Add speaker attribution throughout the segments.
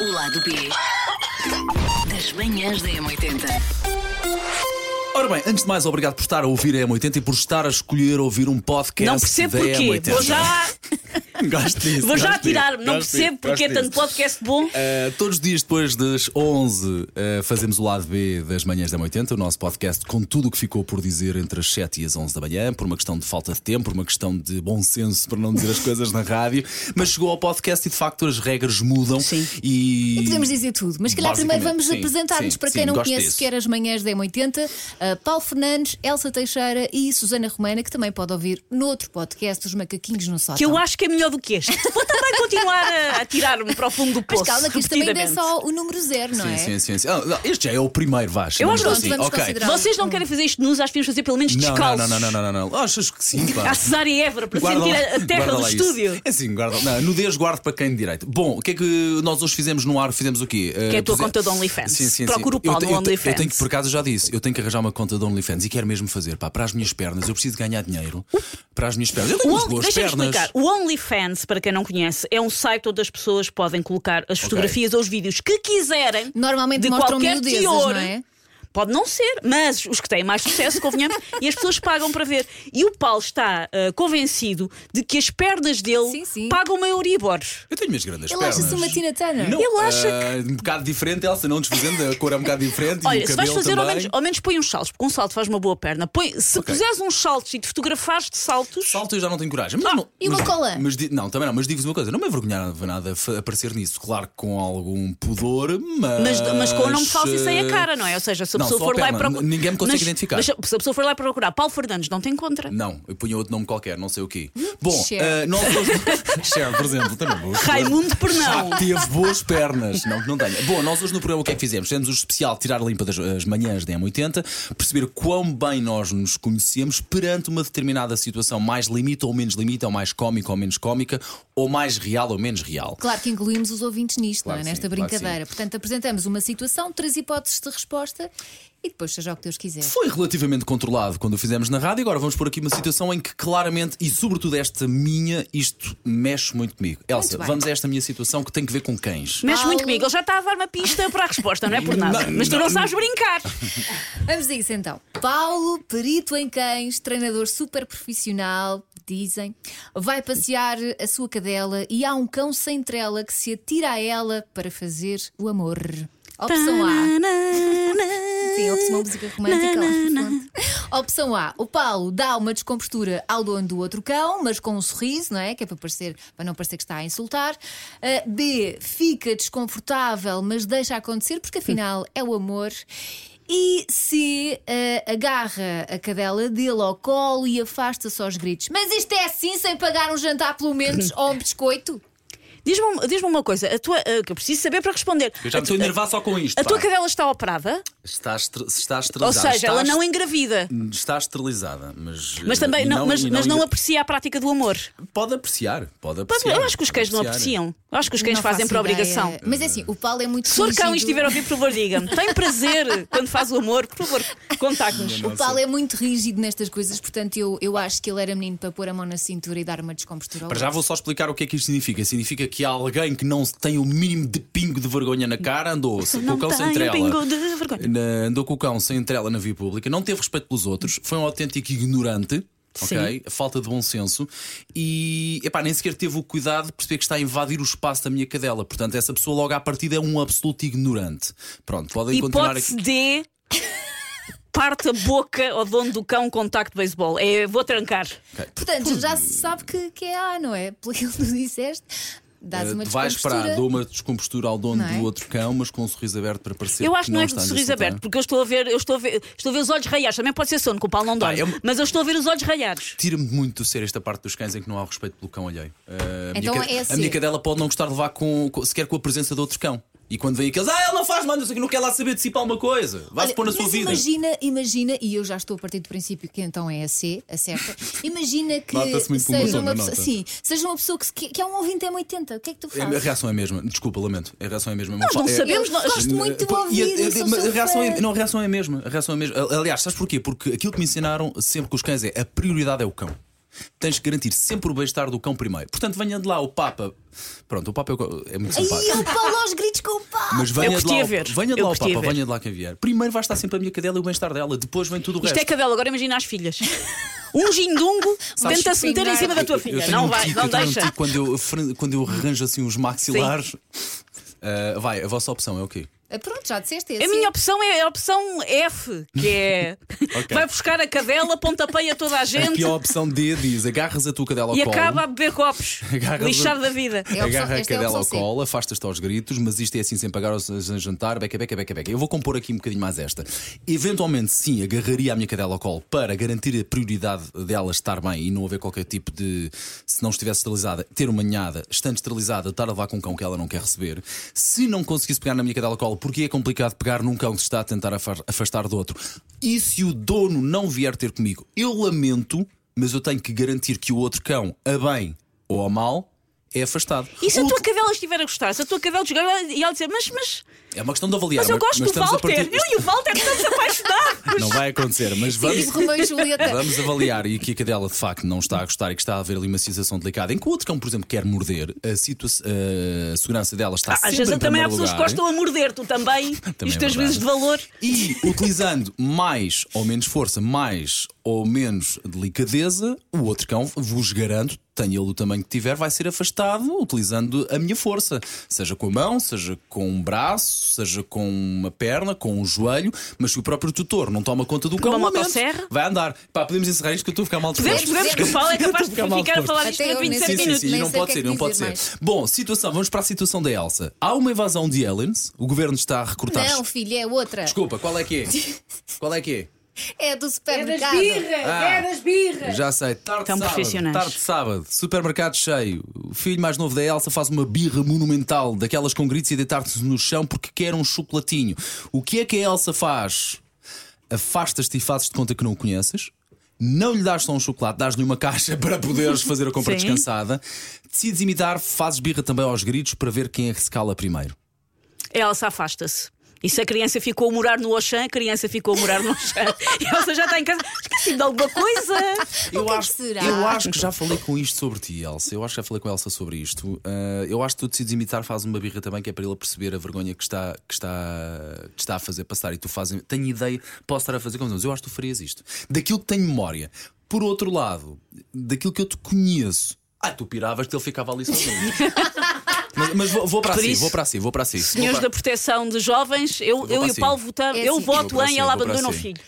Speaker 1: O lado B das manhãs da M80.
Speaker 2: Ora bem, antes de mais, obrigado por estar a ouvir a M80 e por estar a escolher ouvir um podcast.
Speaker 3: Não percebo
Speaker 2: da
Speaker 3: porquê.
Speaker 2: M80.
Speaker 3: Vou já,
Speaker 2: Gosto disso.
Speaker 3: vou já
Speaker 2: gosto disso,
Speaker 3: tirar. Não
Speaker 2: gosto
Speaker 3: percebo
Speaker 2: disso, gosto
Speaker 3: porque é tanto
Speaker 2: disso.
Speaker 3: podcast bom.
Speaker 2: Uh, todos os dias depois das 11 uh, fazemos o lado B das manhãs da 80, o nosso podcast com tudo o que ficou por dizer entre as 7 e as 11 da manhã, por uma questão de falta de tempo, por uma questão de bom senso para não dizer as coisas na rádio, mas chegou ao podcast e de facto as regras mudam
Speaker 3: Sim.
Speaker 2: e
Speaker 4: E podemos dizer tudo, mas se calhar
Speaker 2: Basicamente,
Speaker 4: primeiro vamos
Speaker 2: sim,
Speaker 4: apresentar-nos
Speaker 2: sim,
Speaker 4: para quem é
Speaker 2: sim,
Speaker 4: não
Speaker 2: gosto
Speaker 4: conhece
Speaker 2: disso.
Speaker 4: sequer as manhãs da M80, uh, Paulo Fernandes, Elsa Teixeira e Susana Romana, que também pode ouvir noutro podcast, Os Macaquinhos no Sótão.
Speaker 3: Que eu acho que é melhor do que este. Vou também continuar a, a tirar-me para o fundo do
Speaker 4: Mas
Speaker 3: poço.
Speaker 4: calma, que isto também ainda é
Speaker 3: repetidamente.
Speaker 4: só o número zero, não
Speaker 2: Sim,
Speaker 4: é?
Speaker 2: sim, sim, sim. Ah, não, este já é o primeiro, vá.
Speaker 3: Eu
Speaker 2: chamamos
Speaker 3: acho que
Speaker 2: assim.
Speaker 4: vamos
Speaker 2: Ok.
Speaker 4: considerar.
Speaker 3: Vocês não querem fazer isto nus, acho que devíamos fazer pelo menos
Speaker 2: Não,
Speaker 3: descalços.
Speaker 2: não, não, não, não, não, não, não. Achas que sim, pá.
Speaker 3: À Cesária e Évora, para
Speaker 2: Guarda
Speaker 3: sentir
Speaker 2: lá-
Speaker 3: a- a terra
Speaker 2: guarda
Speaker 3: do
Speaker 2: lá isso.
Speaker 3: estúdio.
Speaker 2: É sim, guarda. Não, nudez guardo para quem de direito. Bom, o que é que nós hoje fizemos no ar? Fizemos o quê? Eh,
Speaker 3: Que é a tua conta de OnlyFans.
Speaker 2: Sim, sim,
Speaker 3: Procura
Speaker 2: sim.
Speaker 3: o Paulo
Speaker 2: eu, te-
Speaker 3: no
Speaker 2: eu te- Eu
Speaker 3: OnlyFans.
Speaker 2: tenho que, por acaso, eu já disse, eu tenho que arranjar uma conta de OnlyFans e quero mesmo fazer, pá, para as minhas pernas. Eu preciso de ganhar dinheiro para as minhas pernas. Eu tenho
Speaker 3: O
Speaker 2: umas
Speaker 3: Only-
Speaker 2: boas
Speaker 3: Um Deixa-me
Speaker 2: pernas.
Speaker 3: explicar. O OnlyFans, para quem não conhece, é um site onde as pessoas podem colocar as fotografias ou os vídeos que quiserem.
Speaker 4: Normalmente
Speaker 3: de
Speaker 4: mostram
Speaker 3: qualquer
Speaker 4: miudezas,
Speaker 3: teor.
Speaker 4: não é?
Speaker 3: Pode não ser, mas os que têm mais sucesso, convenhamos, e as pessoas pagam para ver. E o Paulo está ah, convencido de que as pernas dele
Speaker 4: Sim, sim.
Speaker 3: pagam uma Euribor.
Speaker 2: Eu tenho minhas grandes
Speaker 4: Ele
Speaker 2: pernas.
Speaker 4: acha-se uma Tina Turner.
Speaker 2: Não,
Speaker 3: Ele acha
Speaker 2: ah, Um bocado diferente, Elsa, não desfazendo, a cor é um bocado diferente. e
Speaker 3: Olha,
Speaker 2: o
Speaker 3: se vais
Speaker 2: cabelo
Speaker 3: fazer, ao
Speaker 2: também.
Speaker 3: menos, ao menos põe uns saltos, porque um salto faz uma boa perna. Põe, se
Speaker 2: Ok.
Speaker 3: puseres uns saltos e te fotografares de saltos,
Speaker 2: Salto eu já não tenho coragem.
Speaker 3: Ah,
Speaker 2: Mas não,
Speaker 4: e uma
Speaker 2: mas-
Speaker 4: cola?
Speaker 2: mas di- não, também não, mas digo-vos uma coisa: não me envergonhava nada fa- aparecer nisso. Claro que com algum pudor, mas.
Speaker 3: Mas, mas com o nome falso e sem a cara, não é? Ou seja, se a
Speaker 2: Não,
Speaker 3: pessoa
Speaker 2: só a
Speaker 3: for lá e
Speaker 2: perna.
Speaker 3: procurar.
Speaker 2: N- ninguém me consegue identificar.
Speaker 3: Mas se a pessoa for lá e procurar Paulo Fernandes, não te encontra.
Speaker 2: Não, eu punha outro nome qualquer, não sei o quê.
Speaker 3: Hum,
Speaker 2: Bom,
Speaker 4: Cher.
Speaker 2: eh, nós hoje. Cher, por exemplo, também vou.
Speaker 3: Raimundo Pernão.
Speaker 2: Já teve boas pernas. Não, que não tenha. Bom, nós hoje no programa o que é que fizemos? Fizemos o especial Tirar Limpa das as Manhãs da M80, perceber quão bem nós nos conhecemos perante uma determinada situação mais limite ou menos limite, ou mais cómica ou menos cómica, ou mais real ou menos real.
Speaker 4: Claro que incluímos os ouvintes nisto,
Speaker 2: Claro
Speaker 4: não é?
Speaker 2: que
Speaker 4: Nesta
Speaker 2: sim, claro que
Speaker 4: brincadeira. Portanto, apresentamos uma situação, três hipóteses de resposta e depois seja o que Deus quiser.
Speaker 2: Foi relativamente controlado quando o fizemos na rádio. Agora vamos pôr aqui uma situação em que claramente, e sobretudo esta minha, isto mexe muito comigo. Elsa,
Speaker 4: bem.
Speaker 2: vamos a esta minha situação que tem que ver com cães.
Speaker 3: Mexe muito
Speaker 4: Paulo.
Speaker 3: comigo, ele já está a dar uma pista para a resposta, não é por nada.
Speaker 2: Não,
Speaker 3: mas tu não,
Speaker 2: não.
Speaker 3: sabes brincar.
Speaker 4: Vamos a isso então. Paulo, perito em cães, treinador super profissional, dizem, vai passear a sua cadela e há um cão sem trela que se atira a ela para fazer o amor. Opção A. Sim, ouve-se uma música romântica. lá no fundo. Opção A. O Paulo dá uma descompostura ao dono do outro cão, mas com um sorriso, não é? Que é para, parecer, para não parecer que está a insultar. Ah, B. Fica desconfortável, mas deixa acontecer, porque afinal é o amor. E C. ah, agarra a cadela dele ao colo e afasta-se aos gritos. Mas isto é assim, sem pagar um jantar, pelo menos, ou um biscoito?
Speaker 3: Diz-me um- diz-me uma coisa, a tua, ah, que eu preciso saber para responder.
Speaker 2: Eu já me
Speaker 3: A
Speaker 2: estou a
Speaker 3: tu-
Speaker 2: enervar só com isto.
Speaker 3: A tua
Speaker 2: pá.
Speaker 3: cadela está operada,
Speaker 2: Está, estre... está
Speaker 3: ou
Speaker 2: esterilizada.
Speaker 3: seja,
Speaker 2: está
Speaker 3: ela não
Speaker 2: est-
Speaker 3: engravida.
Speaker 2: Está esterilizada, mas.
Speaker 3: Mas
Speaker 2: eh,
Speaker 3: também não, mas,
Speaker 2: e
Speaker 3: mas não
Speaker 2: e-
Speaker 3: aprecia a prática do amor.
Speaker 2: Pode apreciar, pode
Speaker 3: Mas
Speaker 2: apreciar.
Speaker 3: eu acho que os cães não
Speaker 2: pode apreciar.
Speaker 3: apreciam. Eu acho que os cães
Speaker 4: Não
Speaker 3: fazem
Speaker 4: faço
Speaker 3: por
Speaker 4: ideia.
Speaker 3: obrigação.
Speaker 4: Mas é assim, o Paulo é muito
Speaker 3: Se for cão
Speaker 4: rígido.
Speaker 3: e estiver a ouvir, por favor, diga-me. Tem prazer quando faz o amor, por favor, contacte-nos.
Speaker 4: O Paulo é muito rígido nestas coisas, portanto, eu, eu acho que ele era menino para pôr a mão na cintura e dar uma descompostura. ao
Speaker 2: Para
Speaker 4: outro.
Speaker 2: já vou só explicar o que é que isto significa. Significa que há alguém que não tem o mínimo de pingo de vergonha na cara andou se- com
Speaker 3: Não
Speaker 2: o cão sem
Speaker 3: tenho
Speaker 2: trela.
Speaker 3: pingo de vergonha.
Speaker 2: Na- andou com o cão sem trela na via pública, não teve respeito pelos outros, foi um autêntico ignorante. Ok,
Speaker 3: Sim.
Speaker 2: falta de bom senso e epá, nem sequer teve o cuidado de perceber que está a invadir o espaço da minha cadela. Portanto, essa pessoa logo à partida é um absoluto ignorante. Pronto, podem continuar
Speaker 3: Hipótese
Speaker 2: aqui.
Speaker 3: D. Parte a boca ao dono do cão com taco de beisebol. É, vou trancar.
Speaker 4: Portanto,
Speaker 2: Hum.
Speaker 4: já se sabe que, que é A, não é? Pelo que tu disseste, dás uma
Speaker 2: Eh, Vai esperar,
Speaker 4: descompostura.
Speaker 2: dou uma descompostura ao dono
Speaker 4: Não é?
Speaker 2: do outro cão, mas com um sorriso aberto para parecer.
Speaker 3: eu acho que não, é de
Speaker 2: estás a
Speaker 3: sorriso
Speaker 2: insultar.
Speaker 3: aberto, porque eu estou a ver, eu estou a ver, estou a ver os olhos raiados. Também pode ser sono, que o Paulo não dorme.
Speaker 2: Pá, Ah, eu-
Speaker 3: Mas eu estou a ver os olhos raiados.
Speaker 2: Tira-me muito do sério esta parte dos cães em que não há respeito pelo cão alheio. Eh, a,
Speaker 4: Então
Speaker 2: minha, ca-
Speaker 4: é assim.
Speaker 2: a minha cadela pode não gostar de levar com, com- sequer com a presença de outro cão. E quando vem aqueles, ah, ele não faz mal, não sei o que, não quer lá saber de si para alguma coisa. Vai-se
Speaker 4: Olha,
Speaker 2: pôr na sua
Speaker 4: mas
Speaker 2: vida.
Speaker 4: Imagina, imagina, e eu já estou a partir do princípio que então é a C, a certa. Imagina que
Speaker 2: Nota-se muito pelo meu
Speaker 4: seja
Speaker 2: tom,
Speaker 4: uma,
Speaker 2: não
Speaker 4: pessoa,
Speaker 2: nota?
Speaker 4: sim, seja uma pessoa que, se- que- que é um ouvinte M80. O que é que tu
Speaker 2: É, A
Speaker 4: fazes?
Speaker 2: reação é a mesma, desculpa, lamento. A reação é a mesma. Mas
Speaker 3: não
Speaker 2: fa- é-
Speaker 3: sabemos.
Speaker 4: Eu
Speaker 3: nós-
Speaker 4: gosto muito de
Speaker 2: Pô, e a-
Speaker 4: ouvir.
Speaker 2: a-
Speaker 4: sou
Speaker 2: mas
Speaker 4: seu
Speaker 2: a reação
Speaker 4: fã.
Speaker 2: é, não, a reação é a mesma. A reação é a mesma. Aliás, sabes porquê? Porque aquilo que me ensinaram sempre com os cães é a prioridade é o cão. tens que garantir sempre o bem-estar do cão primeiro. Portanto, venha de lá o Papa. Pronto, o Papa é o co- é muito
Speaker 4: Aí
Speaker 2: simpático.
Speaker 4: o Paulo aos gritos com o Paulo.
Speaker 2: Mas venha de lá,
Speaker 3: curtia
Speaker 2: o-
Speaker 3: ver.
Speaker 2: venha de
Speaker 3: Eu
Speaker 2: lá o
Speaker 3: curtia
Speaker 2: Papa,
Speaker 3: ver.
Speaker 2: venha de lá quem vier. Primeiro vai estar sempre a minha cadela e o bem-estar dela, depois vem tudo o
Speaker 3: Isto
Speaker 2: resto.
Speaker 3: é cadela, agora imagina as filhas. Um gindungo
Speaker 4: Vais
Speaker 3: tenta-se meter em
Speaker 4: espingar.
Speaker 3: cima é da tua
Speaker 2: Eu- eu
Speaker 3: filha.
Speaker 2: tenho
Speaker 3: Não
Speaker 2: um
Speaker 3: vai,
Speaker 2: tico,
Speaker 3: não
Speaker 2: eu tenho um
Speaker 3: deixa.
Speaker 2: tico quando, eu, fre- quando eu arranjo assim os maxilares. Ah, vai, a vossa opção é o quê?
Speaker 4: Ah, Pronto, já disseste esse.
Speaker 3: A minha opção é a opção F, que é
Speaker 2: Ok.
Speaker 3: vai buscar a cadela, pontapeia toda a
Speaker 2: A
Speaker 3: gente
Speaker 2: pior opção D diz: agarras a tua cadela ao
Speaker 3: e
Speaker 2: colo.
Speaker 3: acaba a beber copos.
Speaker 2: Agarras a-
Speaker 3: Lixado da vida.
Speaker 4: É a opção-
Speaker 2: Agarra a
Speaker 4: esta é a
Speaker 2: cadela ao
Speaker 3: assim.
Speaker 4: opção C.
Speaker 2: colo, afastas-te aos gritos, mas isto é assim sem pagar aos a jantar, beca, beca, beca, beca. Eu vou compor aqui um bocadinho mais esta. Eventualmente, sim, agarraria a minha cadela ao colo para garantir a prioridade dela estar bem e não haver qualquer tipo de. Se não estivesse esterilizada, ter uma ninhada, estando esterilizada, estar a levar com um cão que ela não quer receber. Se não conseguisse pegar na minha cadela ao colo, porque é complicado pegar num cão que se está a tentar afar- afastar do outro. E se o dono não vier ter comigo? Eu lamento, mas eu tenho que garantir que o outro cão, a bem ou a mal, é afastado.
Speaker 3: E se
Speaker 2: O
Speaker 3: a tua
Speaker 2: que-
Speaker 3: cadela estiver a gostar, se a tua cadela chegar e ela dizer, mas, mas,
Speaker 2: É uma questão de avaliar.
Speaker 3: mas eu gosto do
Speaker 2: estamos a
Speaker 3: Walter,
Speaker 2: partir-
Speaker 3: eu e o Walter estamos apaixonados.
Speaker 2: Não vai acontecer, mas vamos.
Speaker 4: Tipo Romeu e Julieta.
Speaker 2: Vamos avaliar e que a cadela de facto não está a gostar e que está a haver ali uma sensação delicada. Em que o outro cão, por exemplo, quer morder, a, situa- a segurança dela está
Speaker 3: Ah, Às
Speaker 2: sempre
Speaker 3: vezes
Speaker 2: em
Speaker 3: também há
Speaker 2: primeiro
Speaker 3: pessoas que
Speaker 2: lugar.
Speaker 3: gostam a morder, tu também,
Speaker 2: Também
Speaker 3: os
Speaker 2: é verdade.
Speaker 3: teus juízes de valor.
Speaker 2: E utilizando mais ou menos força, mais ou menos delicadeza, o outro cão, vos garanto, tenha ele o tamanho que tiver, vai ser afastado utilizando a minha força. Seja com a mão, seja com um braço, seja com uma perna, com um joelho, mas se o próprio tutor não toma conta do cão,
Speaker 3: Uma
Speaker 2: lamento,
Speaker 3: motosserra?
Speaker 2: vai andar. Pá, podemos encerrar isto que eu estou a ficar mal
Speaker 3: Podemos,
Speaker 2: disposto.
Speaker 3: podemos, que o Paulo é capaz de
Speaker 2: Ficar mal
Speaker 3: ficar a falar
Speaker 2: disposto.
Speaker 3: isto
Speaker 4: Até
Speaker 3: durante
Speaker 4: eu nem
Speaker 3: 27
Speaker 4: sei.
Speaker 2: Sim, sim,
Speaker 3: minutos.
Speaker 2: sim,
Speaker 4: Nem
Speaker 2: não
Speaker 4: sei o
Speaker 2: pode
Speaker 4: que é
Speaker 2: ser,
Speaker 4: que
Speaker 2: não pode
Speaker 4: dizer
Speaker 2: ser.
Speaker 4: mais.
Speaker 2: Bom, situação, vamos para a situação da Elsa. Há uma invasão de aliens, o governo está a recrutar.
Speaker 4: Não, filho, é outra.
Speaker 2: Desculpa, qual é que é? Qual é que é?
Speaker 4: É do
Speaker 5: É das
Speaker 4: supermercado.
Speaker 5: birras, é das birras.
Speaker 2: Ah, Já sei, tarde
Speaker 3: Tão
Speaker 2: de sábado,
Speaker 3: profissionais.
Speaker 2: tarde de sábado, supermercado cheio. O filho mais novo da Elsa faz uma birra monumental, daquelas com gritos e deitar-se no chão porque quer um chocolatinho. O que é que a Elsa faz? Afastas-te e fazes de conta que não o conheces. Não lhe dás só um chocolate, dás-lhe uma caixa para poderes fazer a compra
Speaker 3: Sim.
Speaker 2: descansada. Decides imitar, fazes birra também aos gritos para ver quem é que se cala primeiro.
Speaker 3: Elsa afasta-se. E se a criança ficou a morar no Oxã, a criança ficou a morar no Oxã. E Elsa já está em casa. Esqueci de alguma coisa.
Speaker 2: Eu,
Speaker 4: que é que
Speaker 2: acho,
Speaker 4: será?
Speaker 2: eu acho que já falei com isto sobre ti, Elsa. Eu acho que já falei com a Elsa sobre isto. Ah, eu acho que tu decides imitar, faz uma birra também, que é para ele perceber a vergonha que está, que está, que está a fazer passar. E tu fazes. Tenho ideia, posso estar a fazer como mas eu acho que tu farias isto. Daquilo que tenho memória. Por outro lado, daquilo que eu te conheço. Ah, tu piravas que ele ficava ali sozinho. mas mas vou, vou para
Speaker 3: Por
Speaker 2: si,
Speaker 3: isso,
Speaker 2: vou para si, vou para si.
Speaker 3: Senhores
Speaker 2: Vou
Speaker 3: da proteção de jovens, eu, eu
Speaker 2: para
Speaker 3: e o
Speaker 2: cima.
Speaker 3: Paulo votamos.
Speaker 4: É
Speaker 3: eu
Speaker 4: assim.
Speaker 2: Vou
Speaker 3: voto
Speaker 2: para
Speaker 3: em
Speaker 2: cima,
Speaker 3: ela
Speaker 2: vou para
Speaker 3: abandona o
Speaker 2: cima.
Speaker 3: filho.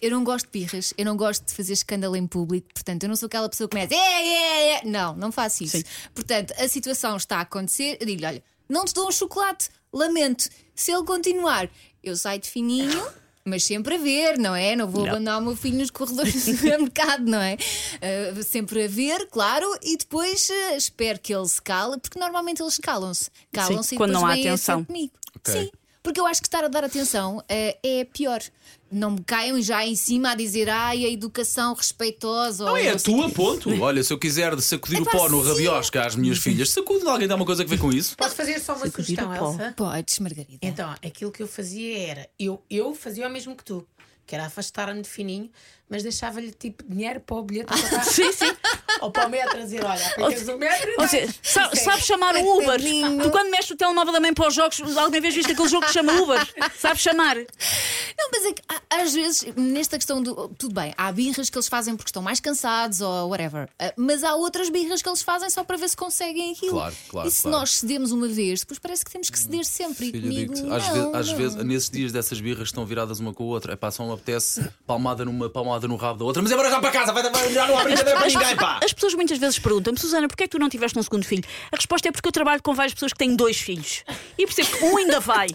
Speaker 4: Eu não gosto de birras, eu não gosto de fazer escândalo em público, portanto, eu não sou aquela pessoa que começa. É, é, é. Não, não faço isso. Portanto, a situação está a acontecer, eu digo-lhe: olha, não te dou um chocolate, lamento. Se ele continuar, eu saio de fininho. Mas sempre a ver, não é? Não vou abandonar o meu filho nos corredores do supermercado, não é? Ah, sempre a ver, claro, e depois ah, espero que ele se cale, porque normalmente eles calam-se. Calam-se e
Speaker 3: quando
Speaker 4: depois
Speaker 3: não há
Speaker 4: vêm a ser
Speaker 3: atenção.
Speaker 4: comigo.
Speaker 2: Ok.
Speaker 4: Sim, porque eu acho que estar a dar atenção eh, é pior. Não me caiam já em cima a dizer ai, a educação respeitosa.
Speaker 2: Não
Speaker 4: ou
Speaker 2: é a
Speaker 4: não sei
Speaker 2: tua, ponto. Olha, se eu quiser sacudir o
Speaker 4: Epá,
Speaker 2: pó no
Speaker 4: sim.
Speaker 2: rabiosca às minhas filhas, sacude alguém dá uma coisa que vê com isso.
Speaker 5: Posso fazer só uma
Speaker 3: Sacudir
Speaker 5: sugestão,
Speaker 3: o pó.
Speaker 5: Elsa?
Speaker 4: quê. Podes, Margarida.
Speaker 3: É.
Speaker 5: Então, aquilo que eu fazia era, eu, eu fazia o mesmo que tu, que era afastar-me de fininho, mas deixava-lhe tipo dinheiro para o bilhete para pagar.
Speaker 3: Sim, sim.
Speaker 5: Ou para o metro a dizer, olha, pegas o metro e
Speaker 3: Ou
Speaker 5: vais.
Speaker 3: seja, sa-
Speaker 5: Sim.
Speaker 3: sabes chamar o Uber. Tu quando mexes o telemóvel também para os jogos, alguma vez viste aquele jogo que chama Uber? Sabes chamar?
Speaker 4: Não, mas é que há- às vezes, nesta questão do. Tudo bem, há birras que eles fazem porque estão mais cansados ou whatever. eh, Mas há outras birras que eles fazem só para ver se conseguem aquilo.
Speaker 2: Claro, claro,
Speaker 4: E se
Speaker 2: claro.
Speaker 4: nós cedemos uma vez, depois parece que temos que ceder sempre.
Speaker 2: Filho,
Speaker 4: e comigo,
Speaker 2: digo-te, às,
Speaker 4: não,
Speaker 2: vezes, às
Speaker 4: não.
Speaker 2: vezes, nesses dias dessas birras estão viradas uma com a outra, é pá, só me apetece palmada numa, palmada no rabo da outra, mas é bora já para casa, vai, vai já não há brincadeira para ninguém, pá!
Speaker 3: As pessoas muitas vezes perguntam-me, Susana, porquê é que tu não tiveste um segundo filho? A resposta é porque eu trabalho com várias pessoas que têm dois filhos. E percebo que um ainda vai,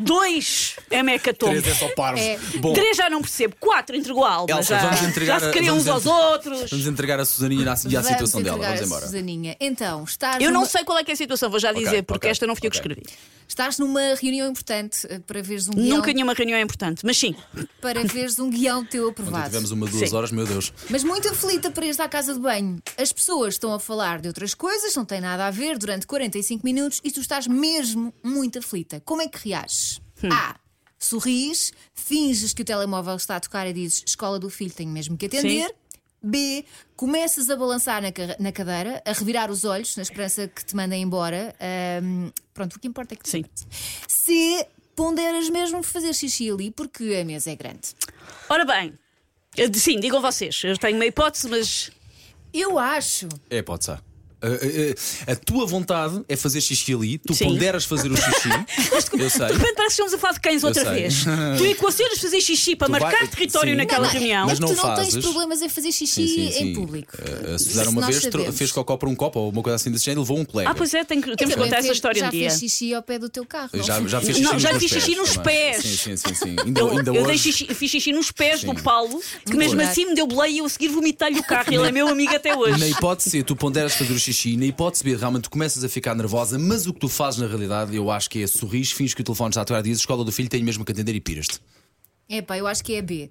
Speaker 3: dois é mecatombe.
Speaker 2: Três é só parvo.
Speaker 4: É.
Speaker 2: Bom,
Speaker 3: Três já não percebo, quatro entregou a alma.
Speaker 2: Elsa,
Speaker 3: já,
Speaker 2: vamos entregar
Speaker 3: já se
Speaker 2: a-
Speaker 3: queriam uns
Speaker 2: vamos
Speaker 3: aos outros.
Speaker 2: vamos entregar a Susaninha na- e à
Speaker 4: Vamos
Speaker 2: situação dela,
Speaker 4: entregar
Speaker 2: vamos
Speaker 4: a
Speaker 2: embora.
Speaker 4: Susaninha. Então, estás
Speaker 3: Eu não
Speaker 4: numa-
Speaker 3: sei qual é que é a situação, vou já dizer, porque
Speaker 2: ok,
Speaker 3: esta não fui eu que
Speaker 2: ok.
Speaker 3: escrevi.
Speaker 4: Estás numa reunião importante eh, para veres um guião,
Speaker 3: Nunca nenhuma reunião é importante, mas sim,
Speaker 4: para veres um guião teu
Speaker 2: Ontem
Speaker 4: aprovado.
Speaker 2: tivemos um- uma duas
Speaker 3: Sim.
Speaker 2: horas, meu Deus.
Speaker 4: Mas muito aflita para ires à casa de banho. As pessoas estão a falar de outras coisas, não tem nada a ver, durante 45 minutos e tu estás mesmo muito aflita. Como é que reages? A. Sorris, finges que o telemóvel está a tocar e dizes escola do filho, tenho mesmo que atender. B. Começas a balançar na, ca- na cadeira, a revirar os olhos, na esperança que te mandem embora. Ahm, pronto, o que importa é que te
Speaker 3: Sim.
Speaker 4: mandes. C. Ponderas mesmo fazer xixi ali, porque a mesa é grande.
Speaker 3: Ora bem, eu- sim, digam vocês. Eu tenho uma hipótese, mas.
Speaker 4: Eu acho.
Speaker 2: É, pode ser. A, a- a- a tua vontade é fazer xixi ali, tu
Speaker 3: Sim.
Speaker 2: ponderas fazer o xixi. eu sei.
Speaker 3: De repente parece que estamos a falar de cães outra
Speaker 2: sei.
Speaker 3: vez. tu equacionas fazer xixi para
Speaker 2: Tu vai-
Speaker 3: marcar território
Speaker 2: sim.
Speaker 3: naquela
Speaker 2: Não, não,
Speaker 3: reunião.
Speaker 2: Mas
Speaker 4: é que tu
Speaker 2: não
Speaker 4: não tens
Speaker 2: fazes.
Speaker 4: problemas em fazer xixi
Speaker 2: Sim, sim, sim. Eh,
Speaker 4: em público.
Speaker 2: A- a
Speaker 4: Isso
Speaker 2: Suzana uma
Speaker 4: nós
Speaker 2: vez tro-
Speaker 4: sabemos.
Speaker 2: fez cocó para um copo ou uma coisa assim desse género, levou um colega.
Speaker 3: Ah, pois é, tem que- temos que
Speaker 4: Também
Speaker 3: contar essa
Speaker 4: fez-
Speaker 3: história um
Speaker 4: já
Speaker 3: dia.
Speaker 4: fez xixi ao pé do teu carro.
Speaker 2: Eu
Speaker 4: não
Speaker 2: Já,
Speaker 4: foi?
Speaker 2: já fiz
Speaker 3: Não,
Speaker 2: xixi
Speaker 3: já
Speaker 2: nos
Speaker 3: fiz xixi
Speaker 2: pés
Speaker 3: nos
Speaker 2: também.
Speaker 3: pés.
Speaker 2: Sim, sim, sim. sim. Ainda,
Speaker 3: Eu,
Speaker 2: ainda
Speaker 3: eu dei
Speaker 2: hoje.
Speaker 3: xixi- fiz xixi nos pés do Paulo, que
Speaker 4: Muito
Speaker 3: mesmo
Speaker 4: bem.
Speaker 3: assim me deu boleia e eu a seguir vomitei-lhe o carro. Ele é meu amigo até
Speaker 2: Na
Speaker 3: hoje.
Speaker 2: hipótese C, tu ponderas fazer o xixi, na hipótese B, realmente tu começas a ficar nervosa, mas o que tu fazes na realidade, eu acho que é sorris, finges que o telefone está a tocar, dizes escola do filho, tenho mesmo que atender e piras-te.
Speaker 4: É pá, eu acho que é a B.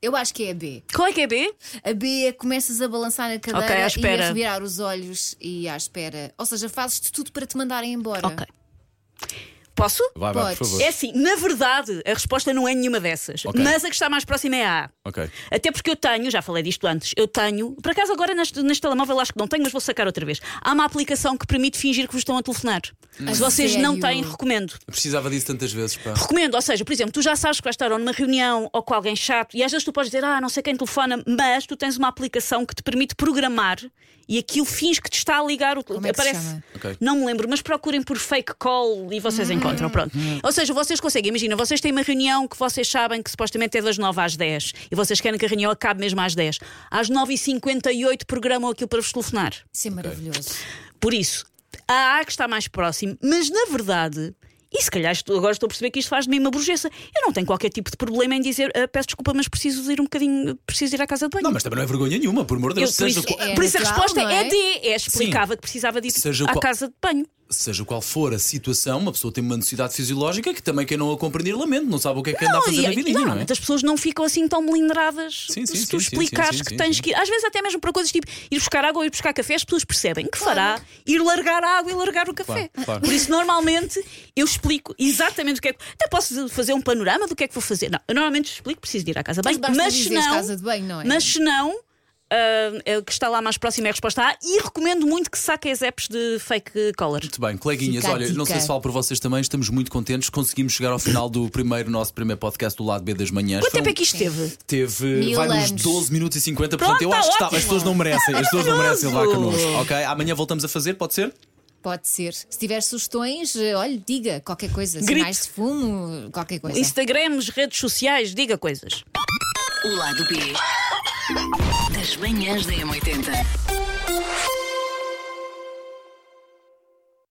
Speaker 4: Eu acho que é a B.
Speaker 3: Qual é que é B?
Speaker 4: A B é que começas a balançar na cadeira
Speaker 3: Ok, à
Speaker 4: e a
Speaker 3: espera.
Speaker 4: revirar os olhos e à espera. Ou seja, fazes te tudo para te mandarem embora.
Speaker 3: Ok. Posso?
Speaker 2: Vai, vai, por
Speaker 4: Podes.
Speaker 2: favor.
Speaker 3: É assim, na verdade, a resposta não é nenhuma dessas.
Speaker 2: Ok.
Speaker 3: Mas a que está mais próxima é a A.
Speaker 2: Ok.
Speaker 3: Até porque eu tenho, já falei disto antes, eu tenho, por acaso agora neste, neste telemóvel acho que não tenho, mas vou sacar outra vez. Há uma aplicação que permite fingir que vos estão a telefonar.
Speaker 4: A
Speaker 3: Se vocês não
Speaker 4: sério?
Speaker 3: têm, recomendo.
Speaker 2: Eu precisava disso tantas vezes, pá.
Speaker 3: Recomendo, ou seja, por exemplo, tu já sabes que vais estar ou numa reunião ou com alguém chato e às vezes tu podes dizer, ah, não sei quem telefona, mas tu tens uma aplicação que te permite programar e aquilo fins que te está a ligar o
Speaker 4: Como é que se
Speaker 3: aparece.
Speaker 4: chama? Hum.
Speaker 2: Ok.
Speaker 3: Não me lembro, mas procurem por fake call e vocês encontram, pronto. Ou seja, vocês conseguem, imagina, vocês têm uma reunião que vocês sabem que supostamente é das 9 às 10 e vocês querem que a reunião acabe mesmo às 10. Às 9h58 programam aquilo para vos telefonar.
Speaker 4: Isso é maravilhoso.
Speaker 3: Por isso, a A que está mais próximo, mas na verdade, e se calhar estou- agora estou a perceber que isto faz de mim uma burguesa, eu não tenho qualquer tipo de problema em dizer "Ah, peço desculpa, mas preciso de ir um bocadinho, preciso ir à casa de banho.
Speaker 2: Não, mas também não é vergonha nenhuma, por amor de
Speaker 3: Eu-
Speaker 2: Deus.
Speaker 3: por
Speaker 2: Seja,
Speaker 3: isso,
Speaker 2: qual-
Speaker 4: É
Speaker 3: por isso a
Speaker 4: natural,
Speaker 3: resposta
Speaker 4: não
Speaker 3: é?
Speaker 4: é?
Speaker 3: D. É explicava que precisava de ir
Speaker 2: Seja
Speaker 3: à
Speaker 2: qual-
Speaker 3: casa de banho.
Speaker 2: seja qual for a situação, uma pessoa tem uma necessidade fisiológica que também quem não a compreender lamento, não sabe o que é que anda a fazer
Speaker 3: e-
Speaker 2: na
Speaker 3: e
Speaker 2: vida, não é?
Speaker 3: normalmente as pessoas não ficam assim tão melinderadas
Speaker 2: Sim, sim,
Speaker 3: se
Speaker 2: sim,
Speaker 3: tu
Speaker 2: sim,
Speaker 3: explicares
Speaker 2: sim, sim,
Speaker 3: que
Speaker 2: sim,
Speaker 3: tens
Speaker 2: sim.
Speaker 3: que ir. Às vezes até mesmo para coisas tipo ir buscar água ou ir buscar café, as pessoas percebem que fará ir largar a água e largar o café.
Speaker 2: Claro, claro.
Speaker 3: Por isso, normalmente, eu explico exatamente o que é que. Até posso fazer um panorama do que é que vou fazer. Não, eu normalmente explico, preciso de ir à casa de banho,
Speaker 4: basta
Speaker 3: mas se
Speaker 4: dizeres
Speaker 3: não.
Speaker 4: casa de banho, não é?
Speaker 3: Mas se não. ah, é o que está lá mais próximo é a resposta A e recomendo muito que saquem as apps de fake collar.
Speaker 2: Muito bem, coleguinhas,
Speaker 4: Fica a
Speaker 2: olha, não
Speaker 4: dica.
Speaker 2: sei se falo por vocês também, estamos muito contentes, conseguimos chegar ao final do primeiro nosso primeiro podcast do lado B das manhãs.
Speaker 3: Quanto
Speaker 2: Foi
Speaker 3: tempo
Speaker 2: um-
Speaker 3: é que isto teve?
Speaker 2: Teve,
Speaker 4: Mil
Speaker 2: vai nos
Speaker 4: anos.
Speaker 2: 12 minutos e 50,
Speaker 3: Pronto,
Speaker 2: portanto eu
Speaker 3: tá
Speaker 2: acho que está,
Speaker 3: ótimo.
Speaker 2: as pessoas não merecem, as pessoas não
Speaker 3: Maravilhoso.
Speaker 2: merecem levar connosco, ok? Amanhã voltamos a fazer, pode ser?
Speaker 4: Pode ser. Se tiver sugestões, eh, olha, diga qualquer coisa. Sinais de fumo, qualquer coisa.
Speaker 3: Instagrams, redes sociais, diga coisas.
Speaker 1: O lado B das manhãs da M80.